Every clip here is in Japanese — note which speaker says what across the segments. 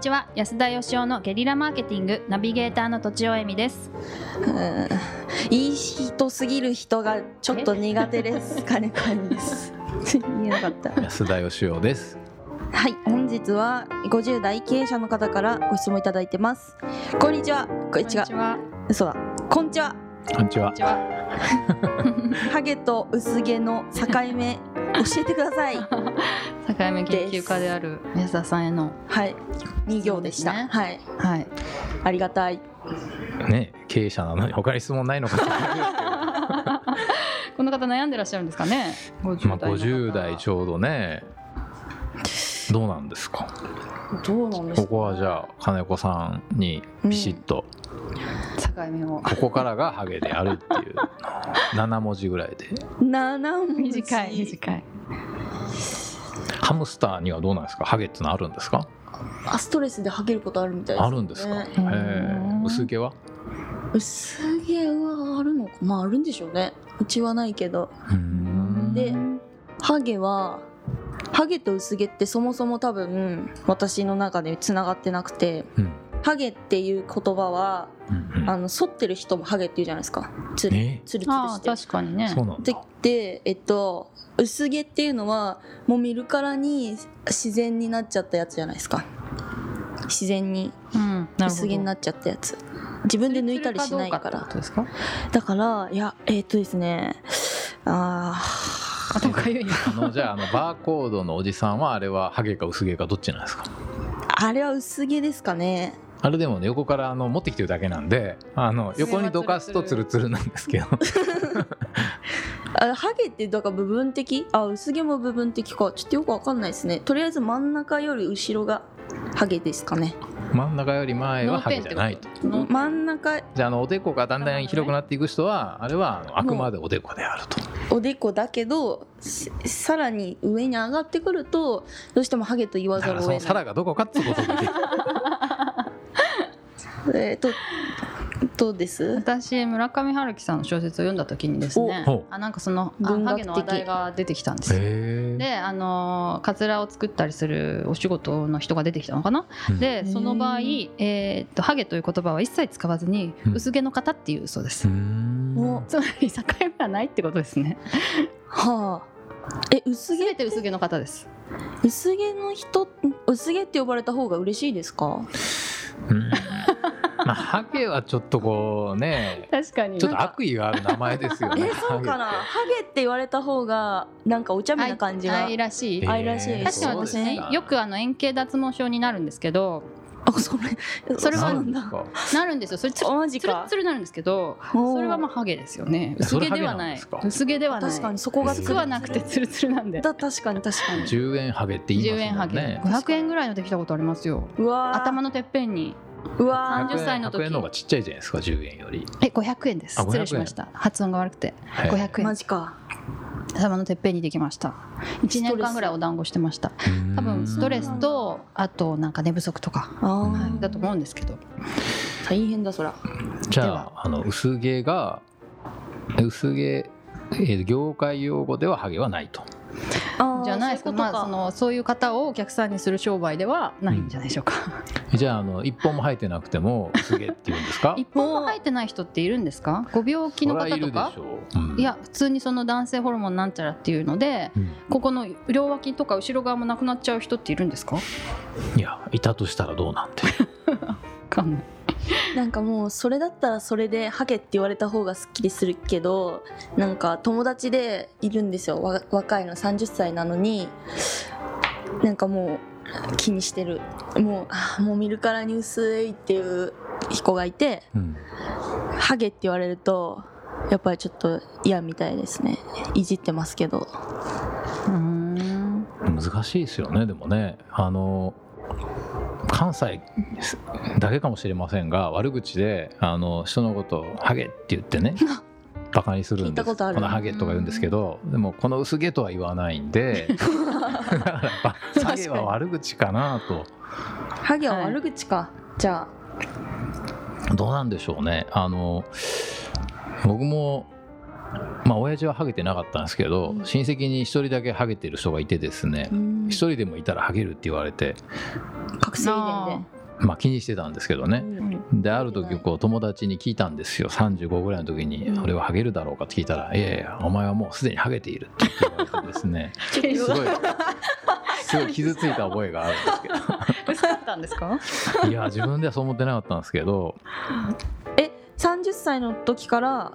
Speaker 1: ちは安田義生のゲリラマーケティングナビゲーターのとちおえみです
Speaker 2: うんいい人すぎる人がちょっと苦手です。金子あゆみです。言えなかった。
Speaker 3: 安田義雄です。
Speaker 2: はい、本日は50代経営者の方からご質問いただいてます。こんにちは。こ
Speaker 1: こ
Speaker 2: んにちは。
Speaker 1: は
Speaker 2: 嘘だ。こんにちは。
Speaker 3: こんにち
Speaker 1: こん
Speaker 3: は
Speaker 1: に。ちは
Speaker 2: ハゲと薄毛の境目教えてください。
Speaker 1: 境目研究家である安田さんへの
Speaker 2: はい、二行でした。
Speaker 1: そうですね
Speaker 2: は
Speaker 1: は
Speaker 2: い、
Speaker 1: い
Speaker 2: ありがたい。
Speaker 3: ね、経営者なのに他に質問ないの かな。
Speaker 1: この方悩んでらっしゃるんですかね50
Speaker 3: まあ
Speaker 1: 代の方
Speaker 3: 50代ちょうどね。どうなんですか。
Speaker 2: どうなんで
Speaker 3: ここはじゃあ金子さんにビシッと、
Speaker 1: 境目を
Speaker 3: ここからがハゲであるって いう7文字ぐらいで。
Speaker 2: 七文字。
Speaker 1: 短い短い
Speaker 3: ハムスターにはどうなんですか。ハゲってのあるんですか。
Speaker 2: あ、ストレスでハゲることあるみたいです、
Speaker 3: あるんですか。へ
Speaker 2: ね
Speaker 3: え薄毛は。
Speaker 2: 薄毛はあるのか、まああるんでしょうね。うちはないけど、
Speaker 3: うーん
Speaker 2: でハゲは。ハゲと薄毛ってそもそも多分私の中で繋がってなくて
Speaker 3: うん
Speaker 2: ハゲっていう言葉は
Speaker 3: うん
Speaker 2: あの剃ってる人もハゲって言うじゃないですかつ
Speaker 3: うん
Speaker 2: る
Speaker 3: え
Speaker 2: つるつる
Speaker 1: あ
Speaker 2: し
Speaker 1: あ
Speaker 2: てる
Speaker 1: 確かにね
Speaker 3: そうなんだ
Speaker 2: で。でえっと薄毛っていうのはもう見るからに自然になっちゃったやつじゃないですか自然に
Speaker 1: うんなるほ
Speaker 2: 薄
Speaker 1: ど
Speaker 2: 毛になっちゃったやつ自分で抜いたりしないから
Speaker 1: どうですか
Speaker 2: だからいやえっとですねあ
Speaker 1: 頭かゆいよ
Speaker 3: あのじゃああのバーコードのおじさんはあれはハゲか薄毛かどっちなんですか。
Speaker 2: ーあれは薄毛ですかね
Speaker 3: あれでもね横からあの持ってきてるだけなんであの
Speaker 1: それは
Speaker 3: 横にどかすとツルツルなんで すけど
Speaker 2: あハゲってだから部分的あ薄毛も部分的かちょっとよくわかんないですねとりあえず真ん中より後ろがハゲですかね
Speaker 3: 真ん中より前はハゲじゃないと
Speaker 1: 脳
Speaker 2: 真ん中
Speaker 3: じゃああのおでこがだんだん広くなっていく人はあれはあのあくまでおでこであると
Speaker 2: おでこだけどささらに上に上がってくるとどうしてもハゲと言わ
Speaker 3: だ
Speaker 2: ざ
Speaker 3: か
Speaker 2: る
Speaker 3: ら
Speaker 2: を得
Speaker 3: その
Speaker 2: ない
Speaker 3: 皿がどこかってことで
Speaker 2: えー、とどうです
Speaker 1: 私村上春樹さんの小説を読んだ時にですね
Speaker 3: おほう
Speaker 1: あなんかそのあ
Speaker 2: 文学的
Speaker 1: ハゲの話題が出てきたんですよ
Speaker 3: へ
Speaker 1: であのーカツラを作ったりするお仕事の人が出てきたのかな、
Speaker 3: うん
Speaker 1: でその場合
Speaker 2: へー、
Speaker 1: えーっとハゲという言葉は一切使わずに、
Speaker 3: うん
Speaker 1: 薄毛の方っていうそうです、
Speaker 2: お
Speaker 1: つまり境目はないってことですね
Speaker 2: はあえ薄毛
Speaker 1: 全て薄毛の方です
Speaker 2: 薄毛の人薄毛って呼ばれた方が嬉しいですか
Speaker 3: まあハゲはちょっとこうね
Speaker 1: 確かに
Speaker 3: ちょっと悪意がある名前ですよ
Speaker 2: え
Speaker 3: ね
Speaker 2: そうかなハゲって言われた方がなんかお茶目な感じが
Speaker 1: 愛らしい
Speaker 2: え愛らしい
Speaker 1: 確かに私ねよくあの円形脱毛症になるんですけど
Speaker 2: あそれ
Speaker 1: それは
Speaker 2: は
Speaker 1: あ
Speaker 2: な
Speaker 1: る
Speaker 2: んだ
Speaker 1: なるんですよそれつる
Speaker 2: マジ
Speaker 1: つる
Speaker 2: か
Speaker 1: つるなるんですけど
Speaker 2: おー
Speaker 1: それはまあハゲですよね
Speaker 3: え
Speaker 1: 薄
Speaker 3: それ
Speaker 1: 毛では
Speaker 3: ハゲな
Speaker 1: なん
Speaker 3: で
Speaker 1: い
Speaker 3: すか
Speaker 1: 薄毛ではない
Speaker 2: 確かにそこが
Speaker 1: 薄くはなくてツルツルなんで
Speaker 2: だ確かに確かに
Speaker 3: 10円ハゲって言い
Speaker 1: 10
Speaker 3: ま
Speaker 1: 円ハ
Speaker 3: すもん
Speaker 1: ゲで
Speaker 3: ね
Speaker 1: 500円ぐらいのできたことありますよ
Speaker 2: うわー
Speaker 1: 頭のてっぺんに
Speaker 2: うわ
Speaker 1: 30歳の時
Speaker 3: 100円の方がちっちゃいじゃないですか10円より
Speaker 1: え500円です
Speaker 3: あ500円
Speaker 1: 失礼しました発音が悪くて500
Speaker 2: ーマ
Speaker 1: 円
Speaker 2: ジか
Speaker 1: 頭のてっぺんにできました1年間ぐらいお団子してました多分ストレスとあとなんか寝不足とか
Speaker 2: あー
Speaker 1: だと思うんですけど
Speaker 2: 大変だそら
Speaker 3: じ
Speaker 1: で
Speaker 3: ゃ
Speaker 1: は
Speaker 3: ああの薄毛が薄毛、えー業界用語ではハゲはないと
Speaker 2: あー
Speaker 1: じゃないですか
Speaker 2: そういうこと
Speaker 1: まあそのそういう方をお客さんにする商売ではないんじゃないでしょうか、
Speaker 3: じゃああの一本も生えてなくても薄毛って言うんですか
Speaker 1: 一本も生えてない人っているんですかご病気の
Speaker 3: そり
Speaker 1: 方
Speaker 3: ゃい
Speaker 1: と
Speaker 3: るで
Speaker 1: か
Speaker 3: しょう、うん
Speaker 1: いや普通にその男性ホルモンなんちゃらっていうので
Speaker 3: うん
Speaker 1: ここの両脇とか後ろ側もなくなっちゃう人っているんですか
Speaker 3: いやいたとしたらど うなんて
Speaker 2: なんかもうそれだったらそれでハゲって言われた方がすっきりするけどなんか友達でいるんですよわ若いの30歳なのになんかもう気にしてるもうあーもう見るからに薄いっていう子がいて
Speaker 3: うん
Speaker 2: ハゲって言われるとやっぱりちょっと嫌みたいですねいじってますけど
Speaker 1: うん
Speaker 3: 難しいですよねでもねあの関西だけかもしれませんが悪口であの人のことをハゲって言って ねバカにするん
Speaker 2: 聞
Speaker 3: です
Speaker 2: いたことある
Speaker 3: のハゲとか言うんですけどでもこの薄毛とは言わないん でだからやっぱハゲは悪口かなと
Speaker 2: ハゲは
Speaker 1: はい
Speaker 2: 悪口か、じゃ
Speaker 3: どうなんでしょうねあの僕もまあ親父はハゲてなかったんですけど、
Speaker 2: うん
Speaker 3: 親戚に一人だけハゲてる人がいてですね
Speaker 2: うん
Speaker 3: 一人でもいたらハゲるって言われて、
Speaker 2: 覚醒遺伝
Speaker 3: まあ、気にしてたんですけどね
Speaker 2: で、
Speaker 1: うん
Speaker 3: である時こう友達に聞いたんですよ35ぐらいの時に
Speaker 2: うん
Speaker 3: 「俺はハゲるだろうか?」って聞いたら「いやいやお前はもうすでにハゲている」って言われてです ね
Speaker 2: うん
Speaker 3: すごいすごい傷ついた覚えがあるんですけ
Speaker 1: 嘘だったんですか？
Speaker 3: どいや自分ではそう思ってなかったんですけど
Speaker 2: 30歳の時から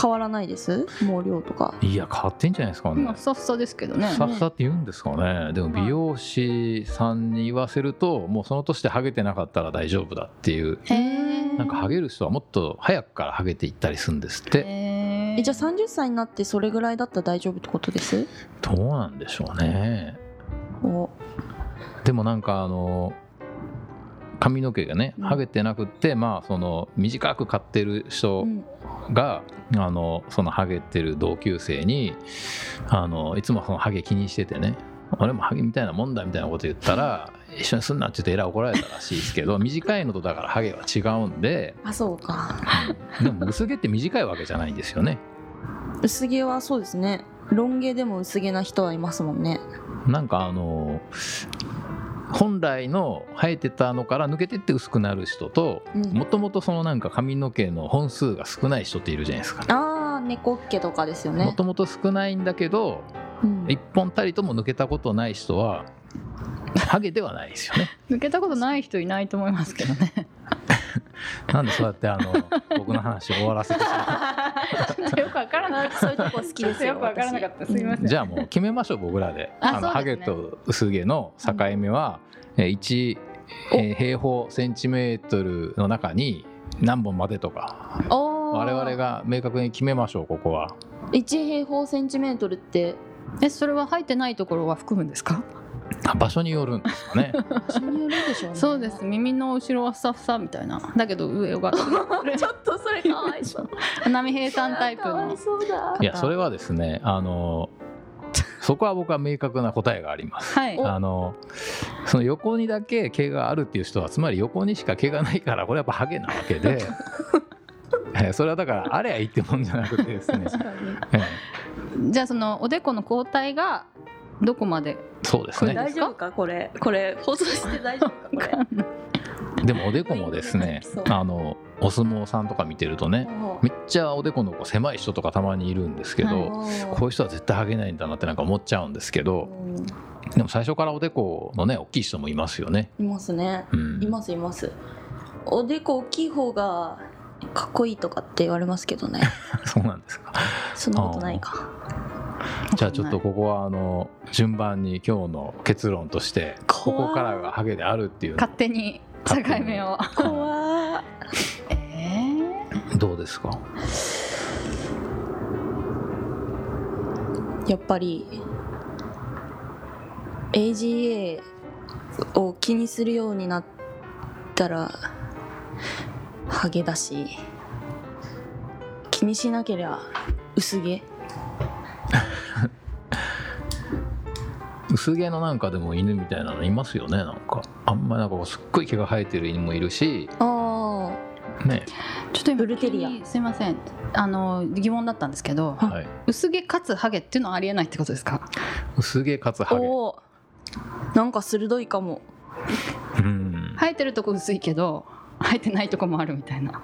Speaker 2: 変わらないです毛量とか
Speaker 3: いや変わってんじゃないですかね
Speaker 1: まあ。ふさふさですけどね。
Speaker 3: ふさふさって言うんですかねでも美容師さんに言わせるともうその年でハゲてなかったら大丈夫だっていう
Speaker 1: へえ
Speaker 3: なんかハゲる人はもっと早くからハゲていったりするんですって
Speaker 1: へ
Speaker 2: えじゃあ30歳になってそれぐらいだったら大丈夫ってことです
Speaker 3: どうなんでしょうね
Speaker 2: お
Speaker 3: でもなんかあの髪の毛がね
Speaker 2: うん
Speaker 3: ハゲてなくってまあその短く買ってる人
Speaker 2: うん
Speaker 3: があのそのハゲてる同級生にあのいつもそのハゲ気にしててね俺もハゲみたいなもんだみたいなこと言ったら一緒にすんなって言ってえらい怒られたらしいです けど短いのとだからハゲは違うんで、
Speaker 2: あそうか
Speaker 3: うんでも薄毛って短いわけじゃないんですよね
Speaker 2: 薄毛はそうですねロン毛でも薄毛な人はいますもんね
Speaker 3: なんかあの本来の生えてたのから抜けてって薄くなる人と
Speaker 2: うん
Speaker 3: もともとそのなんか髪の毛の本数が少ない人っているじゃないですか
Speaker 2: ああ猫っ毛とかですよ
Speaker 3: も
Speaker 2: ね
Speaker 3: ともと少ないんだけど
Speaker 2: うん
Speaker 3: 一本たりとも抜けたことない人はハゲではないですよ ね。
Speaker 1: 抜けたことない人いないと思いますけどね。
Speaker 3: なんでそうやってあ の僕の話を終わらせてしま
Speaker 1: ちょっとよくわからなかった。
Speaker 2: そういうとこ好きです
Speaker 1: ちょっとよ
Speaker 2: よ
Speaker 1: くわからなかった。すみませ。
Speaker 3: うんじゃあもう決めましょう僕らで。
Speaker 1: あ
Speaker 3: の
Speaker 1: そ
Speaker 3: ハ
Speaker 1: うで
Speaker 3: ゲ
Speaker 1: すね
Speaker 3: と薄毛の境目はえー1えー平方センチメートルの中に何本までとか
Speaker 2: おー
Speaker 3: 我々が明確に決めましょうここは。
Speaker 2: 1平方センチメートルって
Speaker 1: え、それは入ってないところは含むんですか？
Speaker 3: あ場所によるんですかね。
Speaker 2: 収入量でしょうね
Speaker 1: そうです。耳の後ろはふさふさみたいな。だけど上 が
Speaker 2: ちょっとそれかわいそう
Speaker 1: 波平さんタイプ
Speaker 2: かわい
Speaker 1: の。
Speaker 2: そうだ
Speaker 3: いやそれはですねあのそこは僕は明確な答えがあります。
Speaker 1: はい。
Speaker 3: あのその横にだけ毛があるっていう人はつまり横にしか毛がないからこれやっぱハゲなわけでえそれはだからあれゃいいってもんじゃなくてです ね、え
Speaker 1: じゃあそのおでこの交代がどこまで？
Speaker 3: そうです
Speaker 1: これ
Speaker 3: ね
Speaker 2: 大丈夫かこれこれ放送して大丈夫かこれ
Speaker 3: でもおでこもですね
Speaker 2: そう
Speaker 3: あのお相撲さんとか見てるとね
Speaker 2: もう
Speaker 3: めっちゃおでこのこう狭い人とかたまにいるんですけど、こういう人は絶対ハゲないんだなってなんか思っちゃうんですけど
Speaker 2: うん
Speaker 3: でも最初からおでこのね大きい人もいますよね。
Speaker 2: いますね
Speaker 3: うん
Speaker 2: いますいますおでこ大きい方がかっこいいとかって言われますけどね
Speaker 3: そうなんですか
Speaker 2: そんなことないか
Speaker 3: じゃあちょっとここはあの順番に今日の結論としてここからがハゲであるっていう
Speaker 1: 勝手に境目を。
Speaker 2: 怖
Speaker 1: ええ。
Speaker 3: どうですか
Speaker 2: やっぱり AGA を気にするようになったらハゲだし気にしなけりゃ薄毛
Speaker 3: 薄毛のなんかでも犬みたいなのいますよねなんかあんまなんかこうすっごい毛が生えてる犬もいるし
Speaker 2: あ
Speaker 3: ね
Speaker 1: ちょっと今
Speaker 2: ブルテリア
Speaker 1: 急にすいません。あの疑問だったんですけど、
Speaker 3: はい
Speaker 1: 薄毛かつハゲっていうのはありえないってことですか？
Speaker 3: 薄毛かつ
Speaker 2: あ
Speaker 3: ハゲ
Speaker 2: おおなんか鋭いかも
Speaker 3: うん
Speaker 1: 生えてるとこ薄いけど生えてないとこもあるみた いな。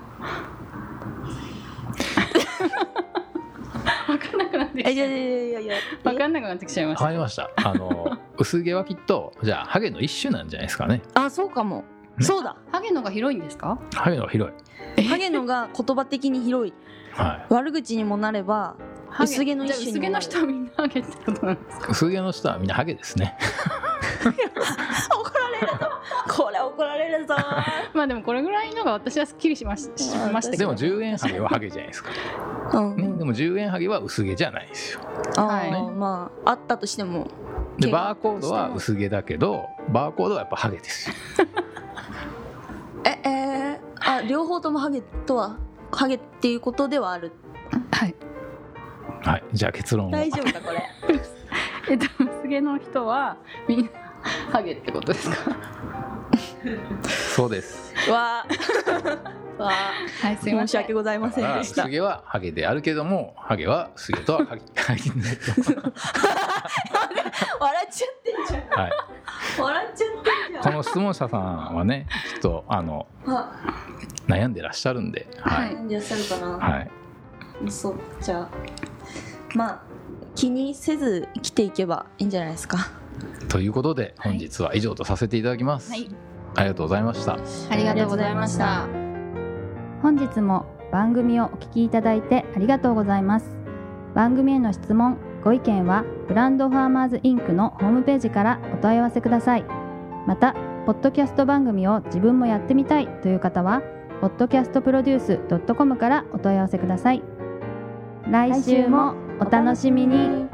Speaker 1: 分かんなくなってき
Speaker 2: えい
Speaker 1: ち
Speaker 2: や
Speaker 1: ゃ。
Speaker 2: いうやいやいやいや
Speaker 1: 分かんなくなってきちゃいました。
Speaker 3: わかりましたあの薄毛はきっとじゃあハゲの一種なんじゃないですかね
Speaker 2: あそうかも、
Speaker 3: ね
Speaker 2: そうだ
Speaker 1: ハゲのが広いんですか？
Speaker 3: ハゲの方が広い
Speaker 2: ハゲのが言葉的に広い
Speaker 3: は
Speaker 2: 悪口にもなれば
Speaker 1: ハゲ
Speaker 2: 薄毛の一
Speaker 1: じゃあ
Speaker 2: 種に
Speaker 1: 薄毛の人はみんなハゲってことなんですか？
Speaker 3: い薄毛の人はみんなハゲですね
Speaker 2: 怒られるぞ これ怒られるぞ
Speaker 1: まあでもこれぐらいのが私はすっきりしまししましたけ
Speaker 3: で
Speaker 1: ど。
Speaker 3: も10円ハゲはハゲじゃないですか、
Speaker 2: うん、
Speaker 3: ね、でも10円ハゲは薄毛じゃないですよ
Speaker 2: ああ、
Speaker 1: はい
Speaker 2: まああったとしても
Speaker 3: で
Speaker 2: 毛が
Speaker 3: バーコードは薄毛だけどバーコードはやっぱハゲですよ
Speaker 2: ええー、あ両方ともハゲとはハゲっていうことではある
Speaker 1: はい。
Speaker 3: はいじゃあ結論を
Speaker 2: 大丈夫か これ
Speaker 1: えっと薄毛の人はみんなハゲってことですか？
Speaker 3: そうです
Speaker 2: わあ わあ
Speaker 1: はい、すいま
Speaker 2: 申し
Speaker 1: せん
Speaker 2: 訳。ございませんでし
Speaker 3: だ
Speaker 2: た
Speaker 3: から。はハゲであるけどもハゲはすげとは限限らない と
Speaker 2: 笑っちゃってんじゃん。
Speaker 3: はい、
Speaker 2: 笑っちゃってんじゃん。
Speaker 3: この質問者さんはねちょっとあの
Speaker 2: あ、
Speaker 3: 悩んでらっしゃるんでは、
Speaker 1: はいい
Speaker 2: いらっしゃるかな。
Speaker 3: はい、
Speaker 2: そうじゃあまあ気にせず生きていけばいいんじゃないですか。
Speaker 3: ということで本日は以上とさせていただきます、
Speaker 1: はい、
Speaker 3: ありがとうございました
Speaker 1: ありがとうございました。
Speaker 4: 本日も番組をお聞きいただいてありがとうございます番組への質問ご意見はブランドファーマーズインクのホームページからお問い合わせくださいまたポッドキャスト番組を自分もやってみたいという方は podcastproduce.com からお問い合わせください来週もお楽しみに